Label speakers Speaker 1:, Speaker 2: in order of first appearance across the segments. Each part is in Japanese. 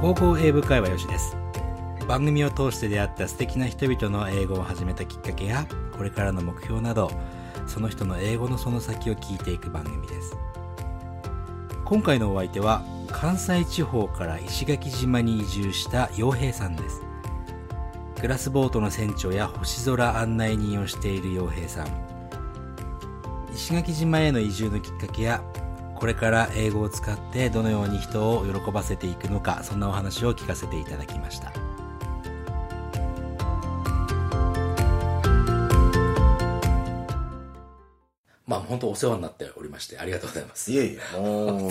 Speaker 1: 高校英語会話よしです番組を通して出会った素敵な人々の英語を始めたきっかけやこれからの目標などその人の英語のその先を聞いていく番組です今回のお相手は関西地方から石垣島に移住した洋平さんですグラスボートの船長や星空案内人をしている洋平さん石垣島への移住のきっかけやこれから英語を使ってどのように人を喜ばせていくのかそんなお話を聞かせていただきましたまあ本当お世話になっておりましてありがとうございます
Speaker 2: いえい え、もう、こ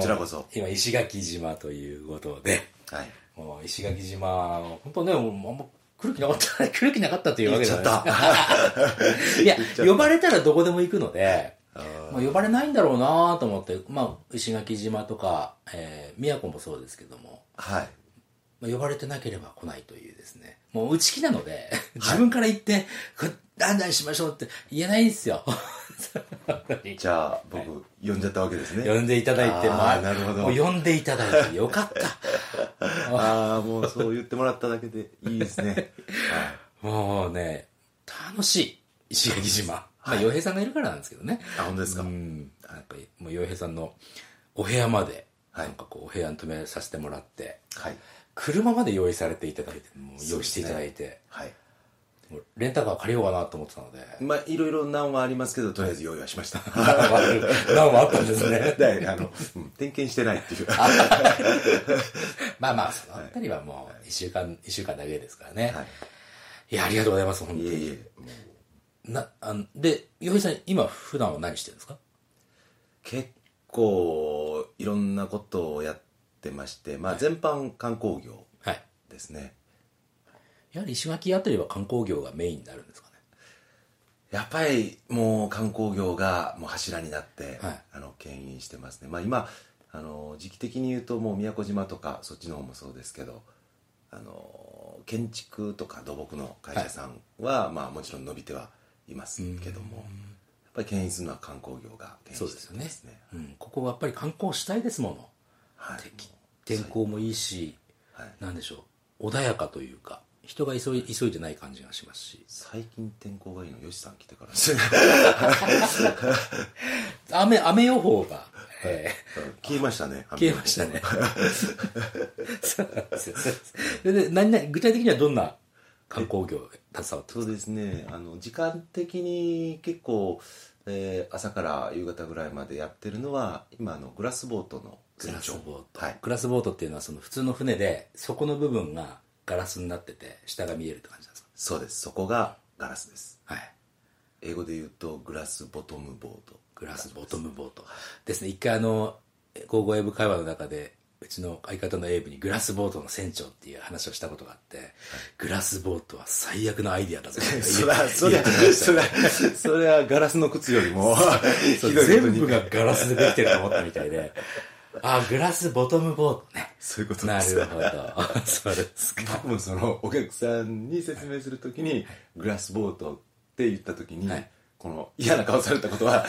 Speaker 2: ちらこそ。
Speaker 1: 今石垣島ということで
Speaker 2: はい。
Speaker 1: もう石垣島を本当ねもうあんま来る気なかった 来る気なかったというわ
Speaker 2: 行っ
Speaker 1: けじ
Speaker 2: ち
Speaker 1: ゃ
Speaker 2: ゃ
Speaker 1: な
Speaker 2: っ
Speaker 1: い
Speaker 2: た。
Speaker 1: いや
Speaker 2: 行っちゃ、った
Speaker 1: 呼ばれたらどこでも行くので、
Speaker 2: あー
Speaker 1: まあ、呼ばれないんだろうなと思って、まあ、石垣島とか、えー宮古もそうですけども、
Speaker 2: はい。
Speaker 1: まあ、呼ばれてなければ来ないというですね、もう内気なので、自分から行って、こ何々しましょうって言えないん ですよ。本当に
Speaker 2: じゃあ、僕、呼んじゃったわけですね。
Speaker 1: 呼んでいただいて、
Speaker 2: あー
Speaker 1: まあ
Speaker 2: なるほど
Speaker 1: もう呼んでいただいてよかった。
Speaker 2: ああ、もうそう言ってもらっただけでいいですね。
Speaker 1: もうね、楽しい。石垣島。まあ、洋平さんがいるからなんですけどね。
Speaker 2: あ、本当ですか。
Speaker 1: うん、なんかもう洋平さんのお部屋まで、
Speaker 2: はい
Speaker 1: なんかこうお部屋に泊めさせてもらって
Speaker 2: はい。
Speaker 1: 車まで用意されていただいてもう用意していただいて、
Speaker 2: はい。
Speaker 1: もうレンタカー借りようかなと思ってたの で
Speaker 2: まあ、いろいろ難はありますけど、とりあえず用意はしました。
Speaker 1: 何もあったんですね
Speaker 2: で、あの、うん点検してないっていう。
Speaker 1: まあまあそのあたりはもう1週間一週間だけですからね、、
Speaker 2: はい
Speaker 1: やありがとうございます本当
Speaker 2: い。いえい
Speaker 1: に
Speaker 2: え、もう
Speaker 1: なあので洋平さん今普段は何してるんですか
Speaker 2: 結構、いろんなことをやってまして、まあ、全般観光業
Speaker 1: はい
Speaker 2: ですね。
Speaker 1: やはり石垣あたりは観光業がメインになるんですかね
Speaker 2: やっぱりもう観光業がもう柱になって、
Speaker 1: はい
Speaker 2: あの牽引してますね、まあ、今あの時期的に言うともう宮古島とかそっちの方もそうですけどあの建築とか土木の会社さんは、まあ、もちろん伸びてはいますけどもやっぱり牽引するのは観光業が牽引して
Speaker 1: そうですよ
Speaker 2: ま
Speaker 1: ねうん、ここはやっぱり観光したいですもの
Speaker 2: はい
Speaker 1: てき天候もいいし、
Speaker 2: はい
Speaker 1: なんでしょう穏やかというか人が急い急いでない感じがしますし
Speaker 2: 最近天候がいいのよしさん来てから ですね
Speaker 1: 雨雨予報が、え
Speaker 2: 消えましたね
Speaker 1: ー消えましたね そうなんですよでで何々具体的にはどんな観光業で携わって
Speaker 2: そ
Speaker 1: ま
Speaker 2: うですねあの時間的に結構、えー朝から夕方ぐらいまでやってるのは今あのグラスボートの
Speaker 1: すグラスボート、
Speaker 2: はい
Speaker 1: グラスボートっていうのはその普通の船で底の部分がガラスになってて下が見えるって感じなんですか
Speaker 2: そうですそこがガラスです
Speaker 1: はい
Speaker 2: 英語で言うとグラスボトムボート
Speaker 1: グラスボトムボートですね一回あの高校英語会話の中でうちの相方のエイブにグラスボートの船長っていう話をしたことがあって、グラスボートは最悪のアイディアだぞ
Speaker 2: そりゃそりゃそりゃそれはガラスの靴よりもひどいこと
Speaker 1: 全
Speaker 2: に
Speaker 1: 部がガラスでできてると思ったみたいであグラスボトムボートね
Speaker 2: そういうことで
Speaker 1: な
Speaker 2: す
Speaker 1: るほど そうですか
Speaker 2: 僕もそのお客さんに説明するときにグラスボートって言ったときに、
Speaker 1: はい
Speaker 2: この嫌な顔されたことは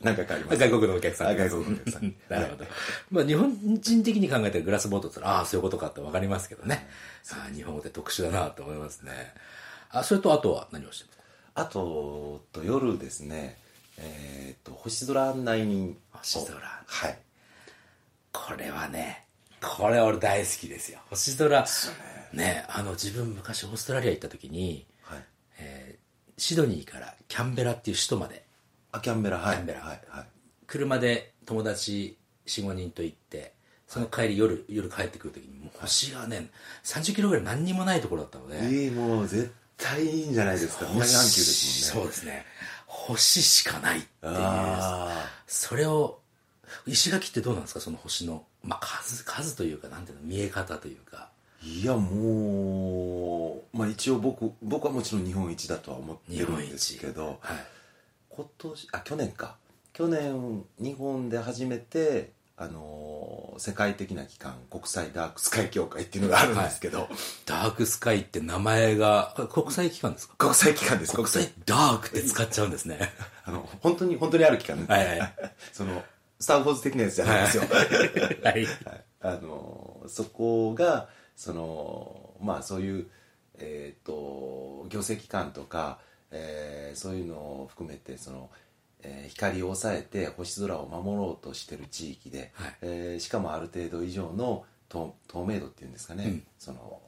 Speaker 2: 何回かあります
Speaker 1: 外国のお客さん
Speaker 2: あ 外国のお客さん
Speaker 1: なるほど。まあ、日本人的に考えたらグラスボートって言ったら、ああ、そういうことかってわかりますけどね。ああ日本語って特殊だなと思いますね。あ、それとあとは何をしてるんですか
Speaker 2: あとと夜ですねえっと星空案内人を
Speaker 1: 星空
Speaker 2: はい
Speaker 1: これはね、これ俺大好きですよ。星空。ね、あの、自分昔オーストラリア行った時に、
Speaker 2: はい
Speaker 1: えーシドニーからキャンベラっていう首都まで、
Speaker 2: あキャンベラはい
Speaker 1: キャンベラ
Speaker 2: はいはい
Speaker 1: 車で友達4、5人と行って、その帰り夜、夜帰ってくる時に、もう星がね、30キロぐらい何にもないところだったので、
Speaker 2: ええもう絶対いいんじゃないですか南半球ですもん
Speaker 1: そう
Speaker 2: ね
Speaker 1: ですね星しかないっていう
Speaker 2: あ
Speaker 1: それを石垣ってどうなんですかその星の、まあ、数数というかなんていうの見え方というか
Speaker 2: あいやもうまあ一応僕僕はもちろん日本一だとは思ってるんですけど
Speaker 1: はい
Speaker 2: 今年あ去年か去年日本で初めてあのー世界的な機関国際ダークスカイ協会っていうのがあるんですけど、
Speaker 1: ダークスカイって名前がこれ国際機関ですか
Speaker 2: 国際機関です国際
Speaker 1: ダークって使っちゃうんですね
Speaker 2: あの本当に本当にある機関ね、
Speaker 1: はいはい
Speaker 2: そのスター・ウォーズ的なやつじゃないんですよ、
Speaker 1: はい
Speaker 2: あのそこがそのまあそういう、えー、と行政機関とか、えーそういうのを含めてその、えー光を抑えて星空を守ろうとしてる地域で、
Speaker 1: はい
Speaker 2: えーしかもある程度以上の透透明度っていうんですかね、
Speaker 1: うん
Speaker 2: その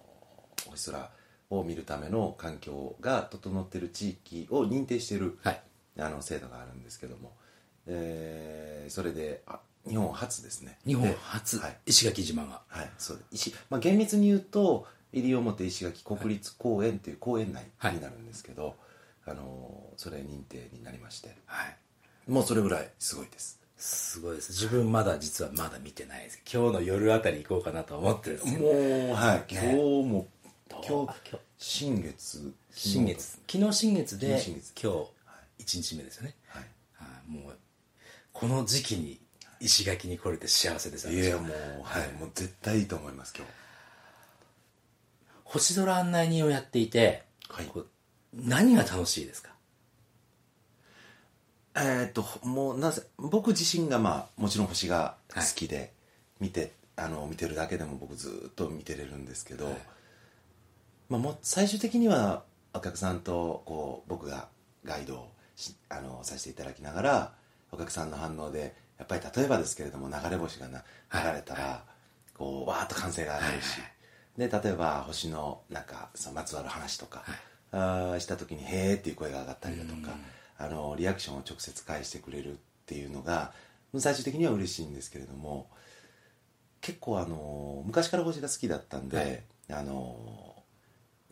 Speaker 2: 星空を見るための環境が整ってる地域を認定してる、
Speaker 1: はい
Speaker 2: あの制度があるんですけども、えーそれであ日本初ですね
Speaker 1: 日本
Speaker 2: で
Speaker 1: 初、
Speaker 2: はい
Speaker 1: 石垣島が
Speaker 2: はい、そうです石、まあ、厳密に言うと西表石垣国立公園という公園内になるんですけど、あのーそれ認定になりまして
Speaker 1: はい
Speaker 2: もうそれぐらいすごいです
Speaker 1: すごいです自分まだ実はまだ見てないです今日の夜あたり行こうかなとは思ってるんですけど
Speaker 2: もうはい、
Speaker 1: ね
Speaker 2: 今日も
Speaker 1: どう
Speaker 2: 今
Speaker 1: あ
Speaker 2: 日
Speaker 1: 今日
Speaker 2: 新月
Speaker 1: 新月昨日新月で
Speaker 2: 昨日新月
Speaker 1: 今
Speaker 2: は
Speaker 1: 日1日目ですよね、
Speaker 2: はい
Speaker 1: はいもうこの時期に石垣に来れて幸せです
Speaker 2: いや
Speaker 1: 私
Speaker 2: もうはい、もう絶対いいと思います今日
Speaker 1: 星空案内人をやっていて、
Speaker 2: はい
Speaker 1: こう何が楽しいですか
Speaker 2: えーっともうなぜ僕自身がまあもちろん星が好きで、見てあの見てるだけでも僕ずーっと見てれるんですけど、
Speaker 1: はい
Speaker 2: まあ、もう最終的にはお客さんとこう僕がガイドをしあのさせていただきながらお客さんの反応でやっぱり例えばですけれども流れ星がな
Speaker 1: はい
Speaker 2: 流れたら、こうわーっと歓声が上がるし、で例えば星のなんかそのまつわる話とか、あーした時に「へーっていう声が上がったりだとか、あのリアクションを直接返してくれるっていうのが最終的には嬉しいんですけれども。結構あの昔から星が好きだったんで、
Speaker 1: はい
Speaker 2: あの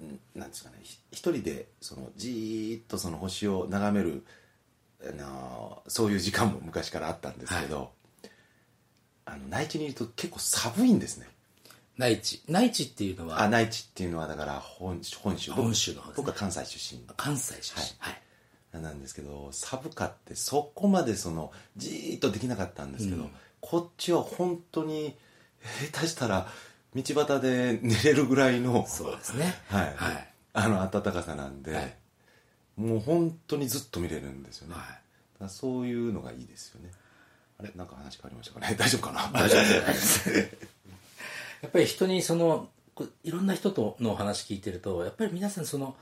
Speaker 2: んなんですかねひ一人でそのじーっとその星を眺めるあのそういう時間も昔からあったんですけど、あの内地にいると結構寒いんですね
Speaker 1: 内地内地っていうの
Speaker 2: あ
Speaker 1: は
Speaker 2: 内地っていうのはだから本本州僕
Speaker 1: 本州の方ですね
Speaker 2: 僕は関西出身
Speaker 1: 関西出身はい、
Speaker 2: なんですけど寒かってそこまでそのじーっとできなかったんですけど、
Speaker 1: うん
Speaker 2: こっちは本当に下手したら道端で寝れるぐらいの
Speaker 1: そうですね
Speaker 2: はい
Speaker 1: はい
Speaker 2: あの暖かさなんで、
Speaker 1: はい
Speaker 2: もう本当にずっと見れるんですよね、
Speaker 1: はい
Speaker 2: だからそういうのがいいですよねあれなんか話変わりましたかね 大丈夫かな
Speaker 1: 大丈夫ですやっぱり人にそのこういろんな人とのお話聞いてるとやっぱり皆さんその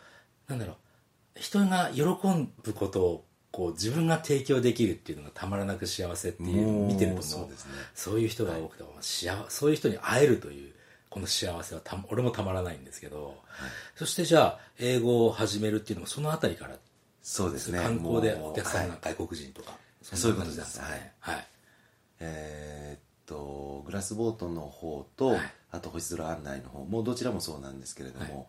Speaker 1: なんだろう人が喜ぶことをこう自分が提供できるっていうのがたまらなく幸せっていうの
Speaker 2: も
Speaker 1: を
Speaker 2: う
Speaker 1: 見てると
Speaker 2: そ
Speaker 1: そう
Speaker 2: うですね
Speaker 1: そういう人が多くて、幸そういう人に会えるというこの幸せはた俺もたまらないんですけど、そしてじゃあ英語を始めるっていうのもそのあたりから
Speaker 2: そうですね
Speaker 1: 観光でお客さん
Speaker 2: もうは
Speaker 1: が
Speaker 2: い
Speaker 1: 外国人とか、
Speaker 2: そういうこと
Speaker 1: 感じなん
Speaker 2: です
Speaker 1: ねはい
Speaker 2: えーっとグラスボートの方と、
Speaker 1: はい
Speaker 2: あと星空案内の方もうどちらもそうなんですけれども、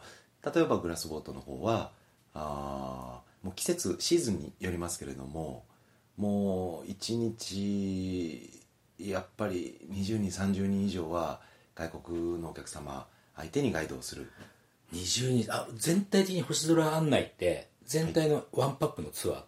Speaker 2: 例えばグラスボートの方はあーもう季節シーズンによりますけれどももう1日やっぱり20人30人以上は外国のお客様相手にガイドをする
Speaker 1: 20人あ全体的に星空案内って全体のワンパックのツアーっ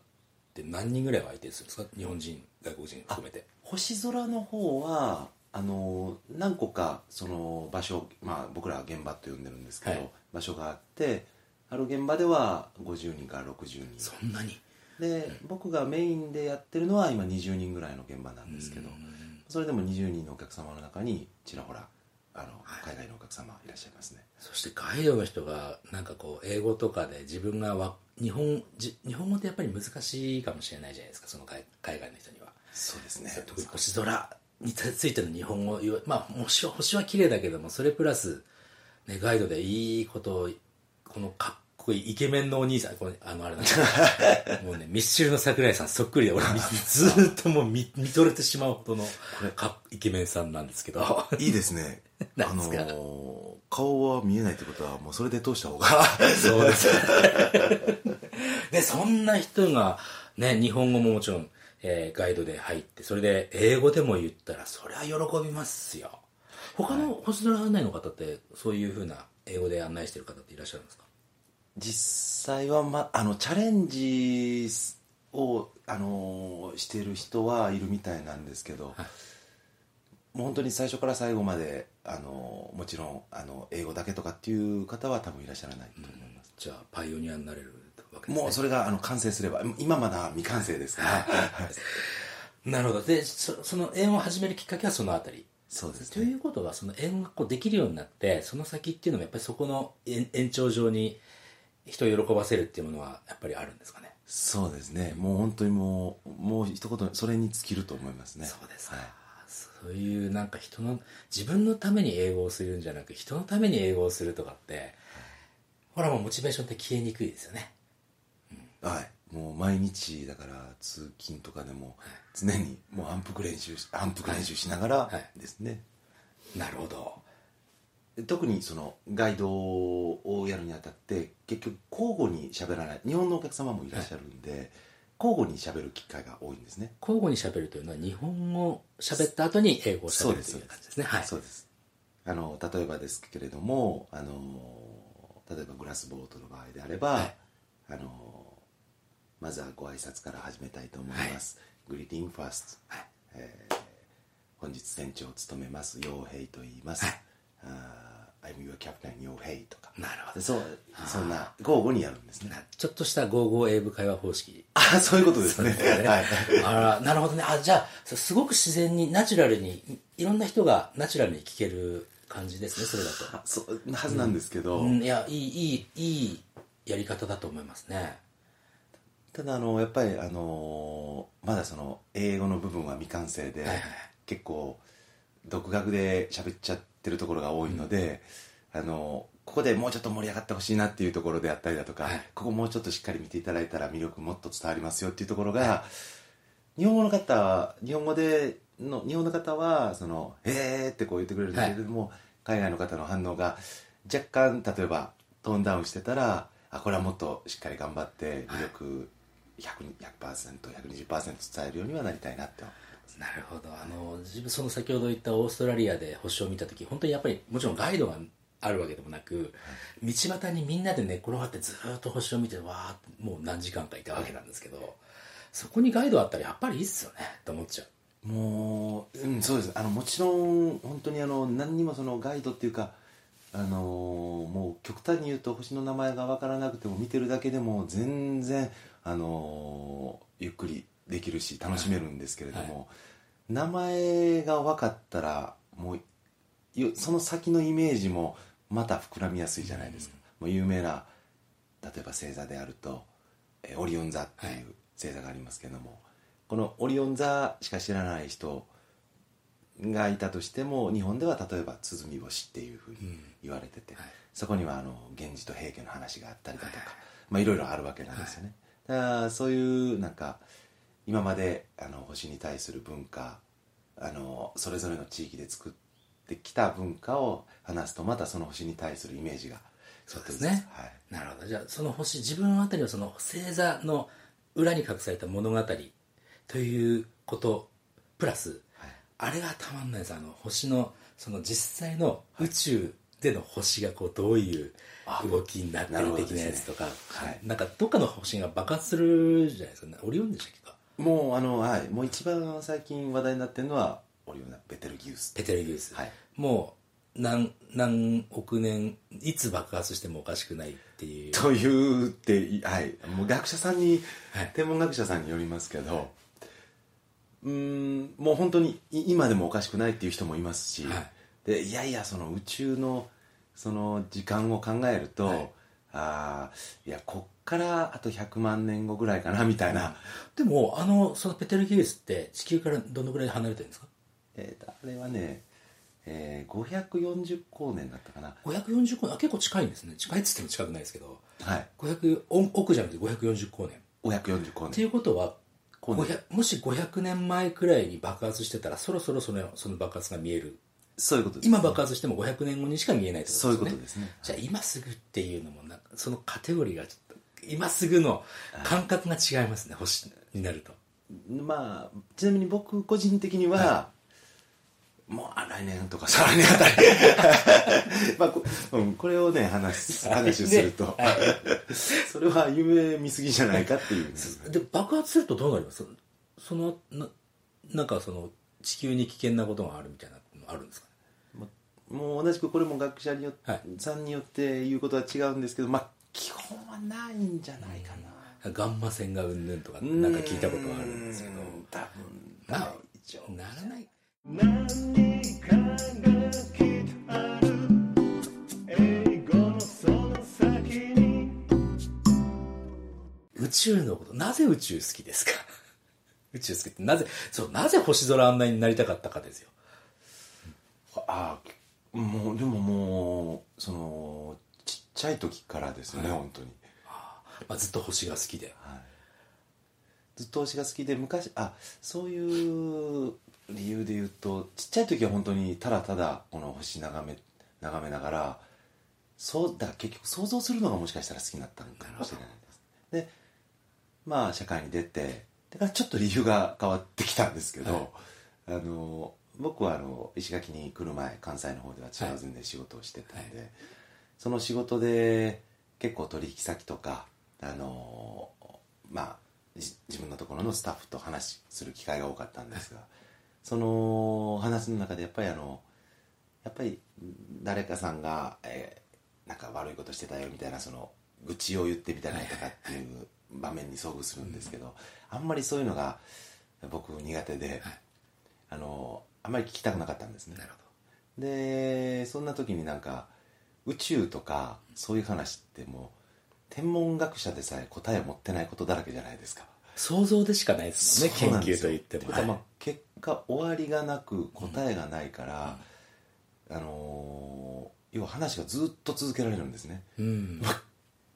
Speaker 1: て何人ぐらいは相手にするんですか日本人外国人含めて
Speaker 2: 星空の方はあの何個かその場所、まあ、僕らは現場と呼んでるんですけ
Speaker 1: は
Speaker 2: ど、
Speaker 1: い
Speaker 2: 場所があってある現場では50人から60人
Speaker 1: そんなに
Speaker 2: で僕がメインでやってるのは今20人ぐらいの現場なんですけど
Speaker 1: うん
Speaker 2: それでも20人のお客様の中にちらほらあの
Speaker 1: はい
Speaker 2: 海外のお客様いらっしゃいますね、
Speaker 1: そしてガイドの人がなんかこう英語とかで自分がわ日本じ日本語ってやっぱり難しいかもしれないじゃないですかその海海外の人には
Speaker 2: そうですね
Speaker 1: 特に星空についての日本語まあ星は星は綺麗だけどもそれプラス、ね、ガイドでいいことをこのかっこいいイケメンのお兄さんこれあのあれなんだけ どもうねミッシュルの桜井さんそっくりで俺見ずーっともう見見とれてしまうほどのかっイケメンさんなんですけど
Speaker 2: いいで すね
Speaker 1: 何ですか
Speaker 2: ー顔は見えないってことはもうそれで通した方が
Speaker 1: そうです でそんな人がね日本語ももちろん、えーガイドで入ってそれで英語でも言ったらそりゃ喜びますよ他の星空案内の方ってそういうふうな英語で案内してる方っていらっしゃるんですか
Speaker 2: 実際は、ま、あのチャレンジを、あのーしてる人はいるみたいなんですけど、
Speaker 1: はい
Speaker 2: もう本当に最初から最後まで、あのーもちろんあの英語だけとかっていう方は多分いらっしゃらないと思います、
Speaker 1: じゃあパイオニアになれるわけですね
Speaker 2: もうそれがあの完成すれば今まだ未完成ですから、はい
Speaker 1: なるほどでそその英語を始めるきっかけはそのあたり
Speaker 2: そうです
Speaker 1: と
Speaker 2: ね
Speaker 1: いうことはその縁がこうできるようになってその先っていうのもやっぱりそこの延延長上に人を喜ばせるっていうものはやっぱりあるんですかね
Speaker 2: そうですねもう本当にもうもう一言それに尽きると思いますね
Speaker 1: そうですか、
Speaker 2: はい
Speaker 1: そういうなんか人の自分のために英語をするんじゃなく人のために英語をするとかって、ほらもうモチベーションって消えにくいですよね
Speaker 2: はい、もう毎日だから通勤とかでも常にもう反復練習し反復練習しながら
Speaker 1: はい
Speaker 2: ですね、
Speaker 1: なるほど
Speaker 2: 特にそのガイドをやるにあたって結局交互に喋らない日本のお客様もいらっしゃるんで、交互に喋る機会が多いんですね
Speaker 1: 交互に喋るというのは日本語を喋った後に英語を喋るという感じですねはい
Speaker 2: そうですあの例えばですけれどもあの例えばグラスボートの場合であれば、
Speaker 1: はい
Speaker 2: あのまずはご挨拶から始めたいと思います、グリーティングファースト、
Speaker 1: はい
Speaker 2: えー本日船長を務めます陽平と言います、
Speaker 1: はい
Speaker 2: あー I'm your captain 陽平とか
Speaker 1: なるほど
Speaker 2: そうそんな交互にやるんですね
Speaker 1: なちょっとした合語英語会話方式
Speaker 2: あそういうことですね
Speaker 1: ね
Speaker 2: はい
Speaker 1: あらなるほどねあじゃあそうすごく自然にナチュラルにいいろんな人がナチュラルに聞ける感じですねそれだと
Speaker 2: あそうはずなんですけど、
Speaker 1: うんいやいいいいいいやり方だと思いますね
Speaker 2: ただあのやっぱりあのまだその英語の部分は未完成で、
Speaker 1: はいはい
Speaker 2: 結構独学で喋っちゃってるところが多いので、あのここでもうちょっと盛り上がってほしいなっていうところであったりだとか、
Speaker 1: はい
Speaker 2: ここもうちょっとしっかり見ていただいたら魅力もっと伝わりますよっていうところが、日本語の方は日本語での日本の方はその「へーってこう言ってくれるんだけれども、海外の方の反応が若干例えばトーンダウンしてたらあこれはもっとしっかり頑張って魅力 100%120% 伝えるようにはなりたいなって思
Speaker 1: なるほどあの自分その先ほど言ったオーストラリアで星を見た時本当にやっぱりもちろんガイドがあるわけでもなく道端にみんなで寝転がってずーっと星を見てわーってもう何時間かいたわけなんですけどそこにガイドあったらやっぱりいいっすよねと思っちゃう
Speaker 2: もう、うん、そうですあのもちろん本当にあの何にもそのガイドっていうかあのーもう極端に言うと星の名前が分からなくても見てるだけでも全然あのーゆっくりできるし楽しめるんですけれども、名前が分かったらもうよその先のイメージもまた膨らみやすいじゃないですか、もう有名な例えば星座であるとえーオリオン座ってい
Speaker 1: はいう
Speaker 2: 星座がありますけども、このオリオン座しか知らない人がいたとしても日本では例えば鼓星っていうふうに言われてて、
Speaker 1: はい
Speaker 2: そこにはあの源氏と平家の話があったりだとか、
Speaker 1: はい
Speaker 2: いまあ、いろいろあるわけなんですよね、だからそういうなんか今まであの星に対する文化あのそれぞれの地域で作ってきた文化を話すとまたその星に対するイメージが
Speaker 1: そうですね
Speaker 2: はい
Speaker 1: なるほどじゃあその星自分あたりはその星座の裏に隠された物語ということプラス、
Speaker 2: はい
Speaker 1: あれがたまんないですあの星のその実際の宇宙での星がこうどういう動きになって
Speaker 2: なる
Speaker 1: る
Speaker 2: ほどで
Speaker 1: 的
Speaker 2: すね
Speaker 1: なやつとか、
Speaker 2: はい
Speaker 1: なんかどっかの星が爆発するじゃないですかオリオンでしたっけか
Speaker 2: もうあのはいもう一番最近話題になってるのはオリオン座ベテルギウス
Speaker 1: ペテルギウス、
Speaker 2: はい
Speaker 1: もう何何億年いつ爆発してもおかしくないっていう
Speaker 2: というっていはいもう学者さんに、
Speaker 1: はい
Speaker 2: 天文学者さんによりますけど、うーんもう本当にい今でもおかしくないっていう人もいますし、
Speaker 1: はい
Speaker 2: でいやいやその宇宙のその時間を考えると、
Speaker 1: はい
Speaker 2: あーいやこっからあと100万年後ぐらいかなみたいな、
Speaker 1: でもあのそのペテルギウスって地球からどのぐらい離れてるんですか
Speaker 2: えーとあれはね、えー540光年だったかな
Speaker 1: 540光年あ結構近いんですね近いっつっても近くないですけど
Speaker 2: はい
Speaker 1: 500お億じゃなくて540光年
Speaker 2: 540光
Speaker 1: って
Speaker 2: 年
Speaker 1: いうことは
Speaker 2: 光年
Speaker 1: 500もし500年前くらいに爆発してたらそろそろそのその爆発が見える
Speaker 2: そういうことです
Speaker 1: 今爆発しても500年後にしか見えないってことですね
Speaker 2: そういうことですね
Speaker 1: じゃあ今すぐっていうのもなんかそのカテゴリーがちょっと今すぐの感覚が違いますね星になると
Speaker 2: まあちなみに僕個人的には、もうあ来年とか再来年あたり、 まあこうん、これをね話す話をすると、
Speaker 1: ねは
Speaker 2: それは夢見すぎじゃないかっていう、ね、
Speaker 1: で爆発するとどうなりますそのななんかその地球に危険なことがあるみたいなのあるんですかね
Speaker 2: まもう同じくこれも学者によ、
Speaker 1: はい
Speaker 2: さんによって言うことは違うんですけどまあ基本はないんじゃないかな、
Speaker 1: ガンマ線がうんぬんとかなんか聞いたことがあるんですけど
Speaker 2: うーん多分大丈夫
Speaker 1: ならない
Speaker 2: 何か
Speaker 1: 宙のこと、なぜ宇宙好きですか 宇宙好きってなぜ、そう、なぜ星空あんなになりたかったかですよ。
Speaker 2: ああもうでももうそのちっちゃい時からですね、本当に、
Speaker 1: まあ、ずっと星が好きで。
Speaker 2: はい、ずっと推しが好きで昔あそういう理由で言うとちっちゃい時は本当にただただこの星眺め眺めながらそうだから結局想像するのがもしかしたら好きになったのかもしれないですでまあ社会に出てだからちょっと理由が変わってきたんですけど、
Speaker 1: はい
Speaker 2: あの僕はあの石垣に来る前関西の方では違う全で仕事をしてたんで、その仕事で結構取引先とかあのまあじ自分のところのスタッフと話する機会が多かったんですがその話の中でやっぱりあのやっぱり誰かさんが、えーなんか悪いことしてたよみたいなその愚痴を言ってみたりとかっていう場面に遭遇するんですけど、あんまりそういうのが僕苦手で、
Speaker 1: はい
Speaker 2: あのあんまり聞きたくなかったんですね
Speaker 1: なるほ
Speaker 2: でそんな時になんか宇宙とかそういう話ってもう天文学者でさえ答えを持ってないことだらけじゃないですか
Speaker 1: 想像でしかないですもんね、
Speaker 2: そ
Speaker 1: 研
Speaker 2: うなんで
Speaker 1: 究
Speaker 2: す
Speaker 1: と
Speaker 2: よ
Speaker 1: いっても。
Speaker 2: てかまあ結果終わりがなく答えがないから、あのー要は話がずっと続けられるんですね
Speaker 1: うん。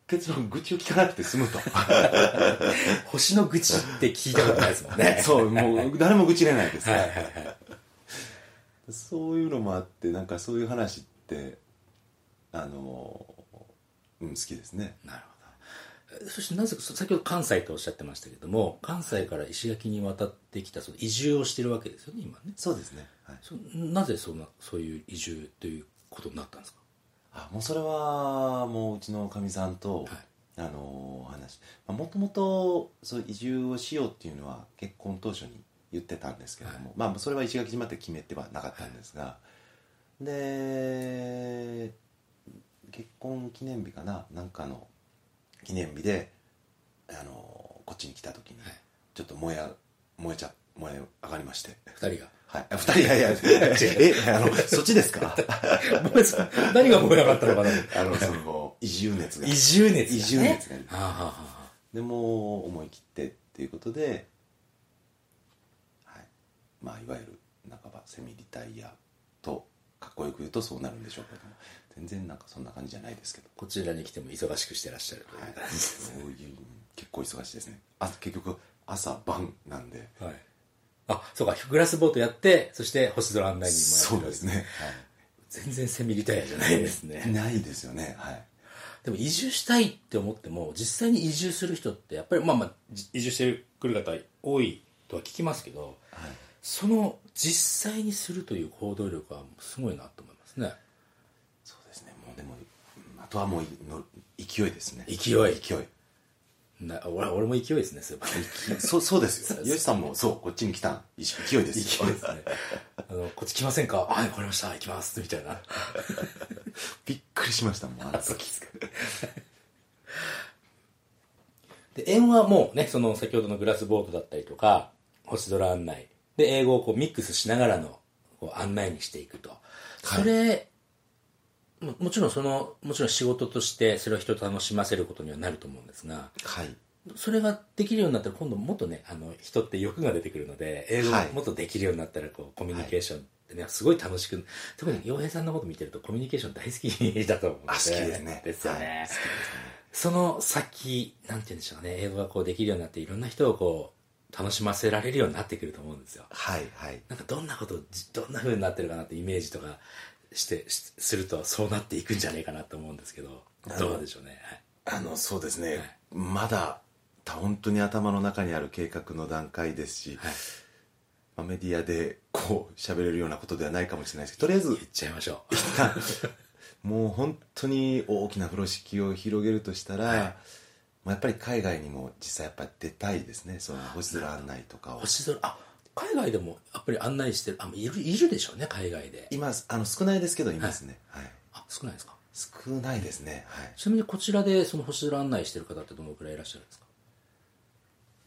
Speaker 2: 結論愚痴を聞かなくて済むと。
Speaker 1: 星の愚痴って聞いたことないですもん ね
Speaker 2: そうもう誰も愚痴れないです、
Speaker 1: はい
Speaker 2: ね
Speaker 1: はいはい。
Speaker 2: そういうのもあってなんかそういう話ってあのーうん好きですね
Speaker 1: なるほど。そしてなぜか、そ先ほど関西とおっしゃってましたけども、関西から石垣に渡ってきた、その移住をしてるわけですよね、今ね。
Speaker 2: そうですね、はい、
Speaker 1: そなぜそんな、そういう移住ということになったんですか
Speaker 2: あもうそれはもううちのかみさんと、
Speaker 1: はい
Speaker 2: あのー話もともと移住をしようっていうのは結婚当初に言ってたんですけれども、まあそれは石垣島って決めてはなかったんですが、で結婚記念日かななんかの記念日で、あのーこっちに来た時に
Speaker 1: はい
Speaker 2: ちょっと燃え,、燃えちゃ燃え上がりまして
Speaker 1: 二人が。
Speaker 2: はいあ二人いやいやえあのそっちですか
Speaker 1: ごめんなさい何が燃えなかったのかな
Speaker 2: あのその移住熱が
Speaker 1: 移住熱、ね。
Speaker 2: 移住熱がいい
Speaker 1: はあはあはあ
Speaker 2: でもう思い切ってっていうことで、はいまあ、いわゆる半ばセミリタイヤとかっこよく言うとそうなるんでしょうけども全然なんかそんな感じじゃないですけど、
Speaker 1: こちらに来ても忙しくしてらっしゃるという
Speaker 2: は
Speaker 1: 感じ
Speaker 2: い、
Speaker 1: です
Speaker 2: そういう結構忙しいですねあ結局朝晩なんで
Speaker 1: ね。はい。あ、そうか、グラスボートやって、そして星空案内に
Speaker 2: そ
Speaker 1: も
Speaker 2: う
Speaker 1: ら
Speaker 2: で
Speaker 1: って
Speaker 2: すね、
Speaker 1: 全然セミリタイアじゃないです
Speaker 2: はい、
Speaker 1: ね。
Speaker 2: ないですよねはい
Speaker 1: でも移住したいって思っても、実際に移住する人って、やっぱりまあまあ、じ移住してくる方多いとは聞きますけど、
Speaker 2: はい
Speaker 1: その実際にするという行動力はすごいなと思いますね。
Speaker 2: そうですねもうでもうんあとはもういの勢いですね
Speaker 1: 勢い
Speaker 2: 勢い
Speaker 1: な俺俺も勢いですね、そういえばね
Speaker 2: そうそうですよよしさんもそうこっちに来た勢いですよ
Speaker 1: 勢いですね。あの、こっち来ませんかはい、わかりました。行きます。みたいな。
Speaker 2: びっくりしましたもんあの時
Speaker 1: で、縁はもうね、その先ほどのグラスボートだったりとか、星空案内。で、英語をこうミックスしながらのこう案内にしていくと。それ、ももちろんその、もちろん仕事としてそれを人と楽しませることにはなると思うんですが、
Speaker 2: はい
Speaker 1: それができるようになったら今度もっとね、あの、人って欲が出てくるので、英語
Speaker 2: はい
Speaker 1: もっとできるようになったらこう、コミュニケーションってね、すごい楽しく、特に洋平さんのこと見てるとコミュニケーション大好きだと思うので。
Speaker 2: あ好きですね
Speaker 1: ですよね。
Speaker 2: はい好きですね
Speaker 1: その先、なんて言うんでしょうね、英語がこうできるようになって、いろんな人をこう、楽しませられるようになってくると思うんですよ。
Speaker 2: はいはい
Speaker 1: なんかどんなことをじ、どんな風になってるかなってイメージとかして、しすると、そうなっていくんじゃないかなと思うんですけど、どうでしょうね。はい
Speaker 2: あのそうですね、
Speaker 1: はい
Speaker 2: まだた本当に頭の中にある計画の段階ですし、
Speaker 1: はい
Speaker 2: まあ、メディアでこう喋れるようなことではないかもしれないですけどとりあえず
Speaker 1: 言っちゃいましょう。
Speaker 2: もう本当に大きな風呂敷を広げるとしたら、
Speaker 1: はい
Speaker 2: まあ、やっぱり海外にも実際やっぱり出たいですねその星空案内とかを
Speaker 1: 星空、あ、海外でもやっぱり案内してる、あ、いる、いるでしょうね、海外で。
Speaker 2: 今あの少ないですけどいますね、はい
Speaker 1: あ、少ないですか。
Speaker 2: 少ないですねはい
Speaker 1: ちなみにこちらでその星空案内してる方ってどのくらいいらっしゃるんですか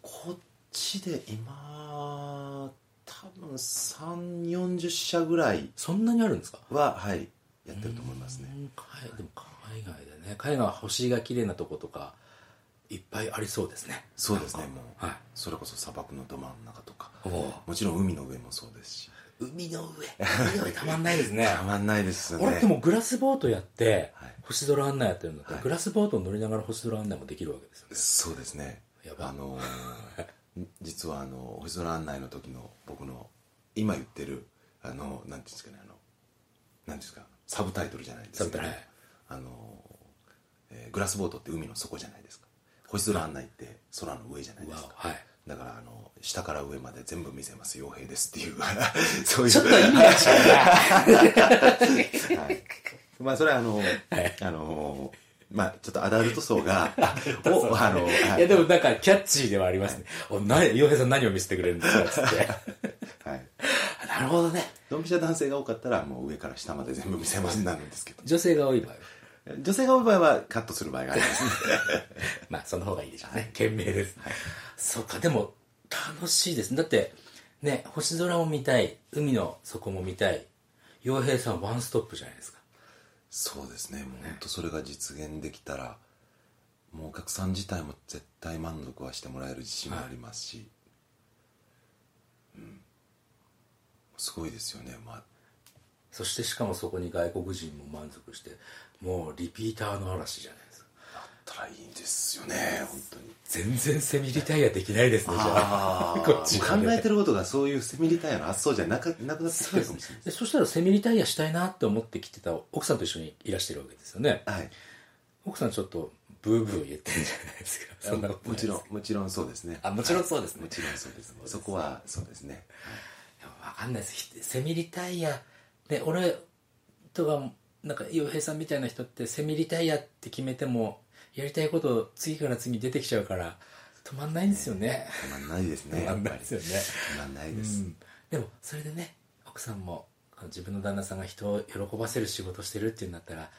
Speaker 2: こっちで今多分3 4 0社ぐらい
Speaker 1: そんなにあるんですか
Speaker 2: ははいやってると思いますね
Speaker 1: うん海でも海外でね海外は星が綺麗なとことかいっぱいありそうですね
Speaker 2: そうですね
Speaker 1: なんか
Speaker 2: もう
Speaker 1: はい
Speaker 2: それこそ砂漠のど真ん中とか
Speaker 1: おお
Speaker 2: もちろん海の上もそうですし
Speaker 1: 海の上海の上たまんないですね
Speaker 2: たまんないですよね
Speaker 1: 俺でもグラスボートやって
Speaker 2: はい
Speaker 1: 星空案内やってるんだったら、
Speaker 2: はい
Speaker 1: グラスボートに乗りながら星空案内もできるわけですよね
Speaker 2: そうですね
Speaker 1: やば
Speaker 2: あのー 実はあの星空案内の時の僕の今言ってるあのなんていうんですかねあのなんていうんですかサブタイトルじゃないですけ
Speaker 1: サブ
Speaker 2: ど、
Speaker 1: タイトル
Speaker 2: あのー、えーグラスボートって海の底じゃないですか星空案内って空の上じゃないで
Speaker 1: わ
Speaker 2: すか
Speaker 1: おはい
Speaker 2: だからあの下から上まで全部見せます傭兵ですっていう そういう
Speaker 1: ちょっと意味が違うな
Speaker 2: はい、まあそれはあの、あのまあちょっとアダルト層がをあの、はい
Speaker 1: いやでもなんかキャッチーではありますね。お、な、洋平さん何を見せてくれるんですかつって。
Speaker 2: はい、
Speaker 1: あ なるほどね。
Speaker 2: ドンピシャ男性が多かったらもう上から下まで全部見せますになるんですけど
Speaker 1: 女性が多い場合は。
Speaker 2: 女性が多い場合はカットする場合がありますね
Speaker 1: まあ、その方がいいでしょうね。賢明です。そうか、でも、楽しいです。だって、ね、星空も見たい、海の底も見たい。洋平さんワンストップじゃないですか。
Speaker 2: そうですねもう本当それが実現できたらもうお客さん自体も絶対満足はしてもらえる自信もありますし、うん、すごいですよねまあ
Speaker 1: そしてしかもそこに外国人も満足して、もうリピーターの嵐じゃないですか。
Speaker 2: たらいいんですよね本当に
Speaker 1: 全然セミリタイヤできないですね、じゃあ。
Speaker 2: ああ
Speaker 1: こっち
Speaker 2: 考えてる ことがそういうセミリタイヤの発想じゃなかなくなってきてるかもしれない
Speaker 1: でそしたらセミリタイヤしたいなって思ってきてた奥さんと一緒にいらしてるわけですよね
Speaker 2: はい
Speaker 1: 奥さんちょっとブーブー言ってるじゃないですかそんなこと
Speaker 2: も
Speaker 1: ない
Speaker 2: ちろん
Speaker 1: です
Speaker 2: もちろんそうですね
Speaker 1: あもちろんそうですね
Speaker 2: はいもちろんそうですねそこはそうですね
Speaker 1: いやわかんないですひセミリタイヤで俺とかなんか洋平さんみたいな人ってセミリタイヤって決めてもやりたいこと次から次出てきちゃうから止まんないんですよね
Speaker 2: たまんないですね
Speaker 1: 止ま
Speaker 2: やっ
Speaker 1: ん
Speaker 2: ぱ
Speaker 1: な
Speaker 2: り
Speaker 1: いですよね
Speaker 2: たまんないです
Speaker 1: でもそれでね奥さんもあの自分の旦那さんが人を喜ばせる仕事してるっていうんだったら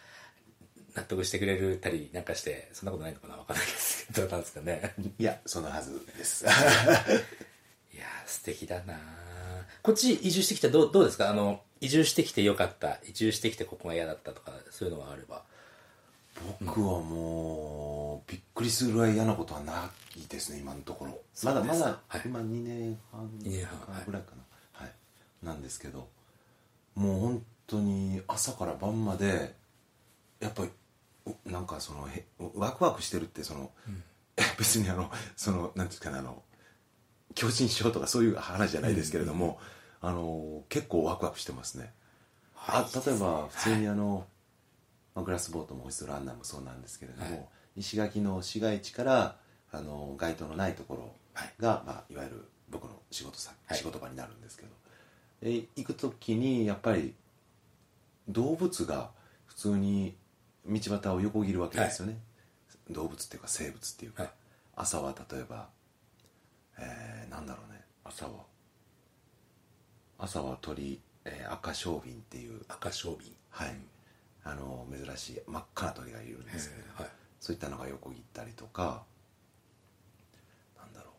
Speaker 1: 納得してくれるたりなんかしてそんなことないのかなわかんないですけどどうなんですかね
Speaker 2: いやそのはずです
Speaker 1: いやー素敵だなーこっち移住してきたどうどうですかあの移住してきてよかった移住してきてここが嫌だったとかそういうのがあれば
Speaker 2: 僕はもうびっくりするぐらい嫌なことはないですね今のところまだまだ
Speaker 1: はい
Speaker 2: 今2年半
Speaker 1: 二年半はい
Speaker 2: ぐらいかなはいなんですけどもう本当に朝から晩までやっぱりおなんかそのへワクワクしてるってその、 別にあのそのなんていうかなあの強心しようとかそういう話じゃないですけれども、あの結構ワクワクしてますね、
Speaker 1: はい
Speaker 2: あ例えば普通にあの、まあグラスボートもホイッスルランナーもそうなんですけれども、
Speaker 1: はい
Speaker 2: 石垣の市街地からあの街灯のないところが、いまあ、いわゆる僕の仕事さ、
Speaker 1: はい
Speaker 2: 仕事場になるんですけどで行く時にやっぱり動物が普通に道端を横切るわけですよね、動物っていうか生物っていうか、
Speaker 1: はい
Speaker 2: 朝は例えば、えー、なんだろうね朝は朝は鳥、えー赤小瓶っていう、
Speaker 1: 赤小瓶
Speaker 2: はいあの珍しい真っ赤な鳥がいるんですけれど、
Speaker 1: はい
Speaker 2: そういったのが横切ったりとかなんだろ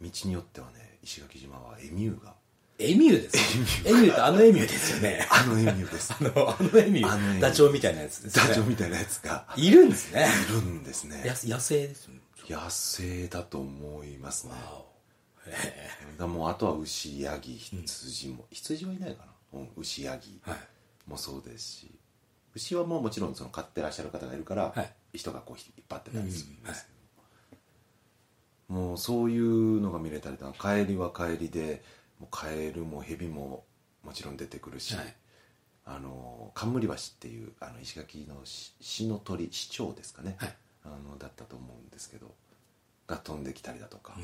Speaker 2: う道によってはね石垣島はエミュ ーが
Speaker 1: エミューですエミューってあのエミューですよ ね
Speaker 2: あのエミューです
Speaker 1: あのあのエミュ
Speaker 2: あのエミュ
Speaker 1: ー
Speaker 2: ー
Speaker 1: ダチョウみたいなやつですね
Speaker 2: ダチョウみたいなやつが
Speaker 1: いるんですね
Speaker 2: いるんですね
Speaker 1: や野生ですよね
Speaker 2: 野生だと思いますね
Speaker 1: わお
Speaker 2: だからもうあとは牛ヤギ羊も、羊はいないかな、うん、牛ヤギ
Speaker 1: はい
Speaker 2: もそうですし牛はもうもちろんその飼ってらっしゃる方がいるから、
Speaker 1: はい
Speaker 2: 人がこう引っ張ってたりするんですけど、もうそういうのが見れたりとか帰りは帰りでもうカエルもヘビももちろん出てくるし、
Speaker 1: はい
Speaker 2: あの冠橋っていうあの石垣のし市の鳥市長ですかね、
Speaker 1: はい
Speaker 2: あのだったと思うんですけどが飛んできたりだとか、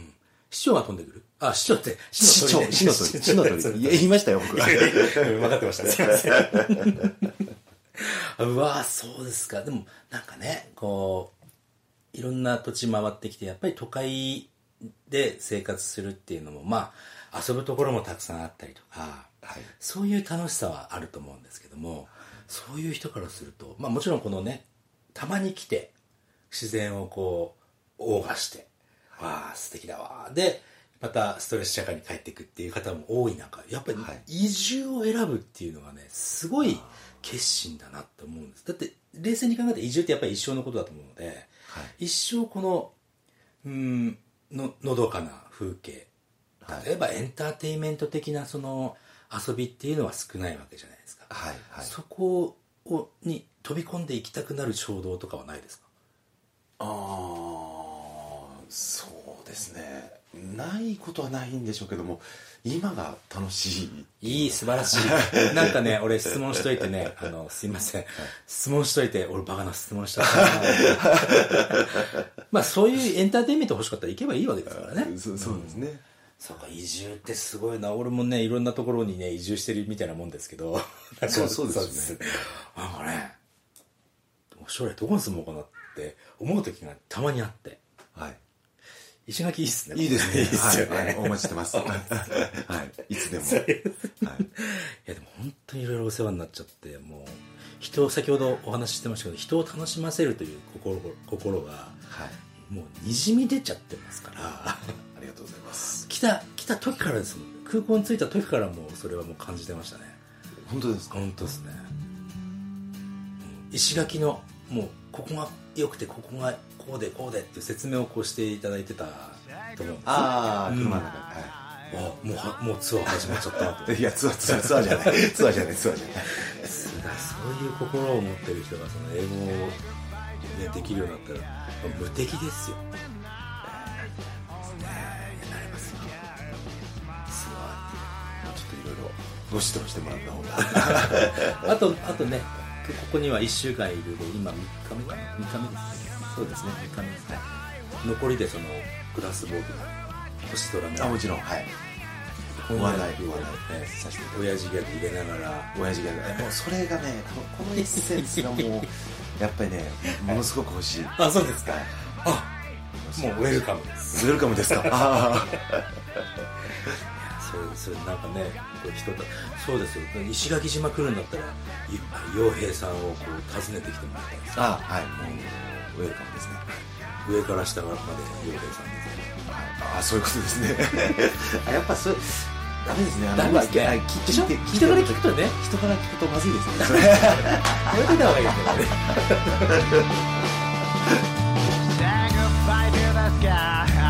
Speaker 1: 市長が飛んでくるあ、市長って、
Speaker 2: 市長市の鳥市の 鳥いや言いましたよ僕は
Speaker 1: 分かってました。すいません。 うわぁ、そうですか。でも、なんかね、こう、いろんな土地回ってきて、やっぱり都会で生活するっていうのも、まあ、遊ぶところもたくさんあったりとか、
Speaker 2: はい
Speaker 1: そういう楽しさはあると思うんですけども、そういう人からすると、まあもちろんこのね、たまに来て、自然をこう、謳歌して、わあ、素敵だわ。で、またストレス社会に帰っていくっていう方も多い中、やっぱり
Speaker 2: はい
Speaker 1: 移住を選ぶっていうのがね、すごい決心だなって思うんです。だって、冷静に考えて移住ってやっぱり一生のことだと思うので、一生このうんののどかな風景
Speaker 2: はい
Speaker 1: 例えばエンターテインメント的なその遊びっていうのは少ないわけじゃないですか、
Speaker 2: はいはい
Speaker 1: そこをに飛び込んでいきたくなる衝動とかはないですか
Speaker 2: ああそうですねないことはないんでしょうけども今が楽しい
Speaker 1: いい素晴らし いなんかね俺質問しといてねあのすいません質問しといて俺バカな質問しちゃった なまあそういうエンターテインメント欲しかったら行けばいいわけですからね
Speaker 2: そそうですね、
Speaker 1: そうか移住ってすごいな俺もねいろんなところにね移住してるみたいなもんですけどなんか
Speaker 2: そうそうですよね
Speaker 1: なんかね将来どこに住もうかなって思う時がたまにあって
Speaker 2: はい
Speaker 1: 石垣いいっすね
Speaker 2: いいですね
Speaker 1: いいっすよね、
Speaker 2: はい
Speaker 1: い
Speaker 2: はい、お待ちしてますはいいつでも、はい、
Speaker 1: やでも本当にいろいろお世話になっちゃってもう人を先ほどお話ししてましたけど人を楽しませるという心心が
Speaker 2: はい、
Speaker 1: もうにじみ出ちゃってます から
Speaker 2: ありがとうございます
Speaker 1: 来た来た時からですもん空港に着いた時からもうそれはもう感じてましたね
Speaker 2: 本当ですか
Speaker 1: 本当ですねうん石垣のもうここが良くてここがこうでこうでっていう説明をこうしていただいてたと思うんです
Speaker 2: ああ車の中、
Speaker 1: あもうはもうツアー始まっちゃったなと
Speaker 2: はいいやツアーツアーツアーじゃないツアーじゃないツアーじゃない
Speaker 1: すごいそういう心を持ってる人がその英語を、ね、できるようになったら無敵ですよねえなれますよす
Speaker 2: ちょっといろいろご指導してもらった方が
Speaker 1: ごいあとあとねここには1週間いるで今3日目かな3日目ですねそうですね3日目ですね残りでそのグラスボール星ドラム
Speaker 2: あもちろんはい
Speaker 1: ろ
Speaker 2: お笑い
Speaker 1: お
Speaker 2: お
Speaker 1: 笑
Speaker 2: 笑
Speaker 1: い、ね、させて親父ギャグ入れながら
Speaker 2: 親父がもうそれがねこのこのエッセンスがもうやっぱりねものすごく欲しい
Speaker 1: あそうですか
Speaker 2: はい
Speaker 1: あもうウェルカムです
Speaker 2: ウェルカム ですかあ
Speaker 1: それそれなんかねこう人とそうですよ石垣島来るんだったらい洋平さんをこう訪ねてきてもらいたいです
Speaker 2: ーあはいウェルカムですね
Speaker 1: 上から下まで洋平さんですね
Speaker 2: ああそういうことです ねあやっぱそれダメですねあの
Speaker 1: ダメですね
Speaker 2: 今あ聞
Speaker 1: でしょ
Speaker 2: 聞いて
Speaker 1: 聞いてから聞くとね
Speaker 2: 人から聞くとまずいです ねそれ
Speaker 1: これ出た方がいいですよね
Speaker 3: Stagger by to the sky.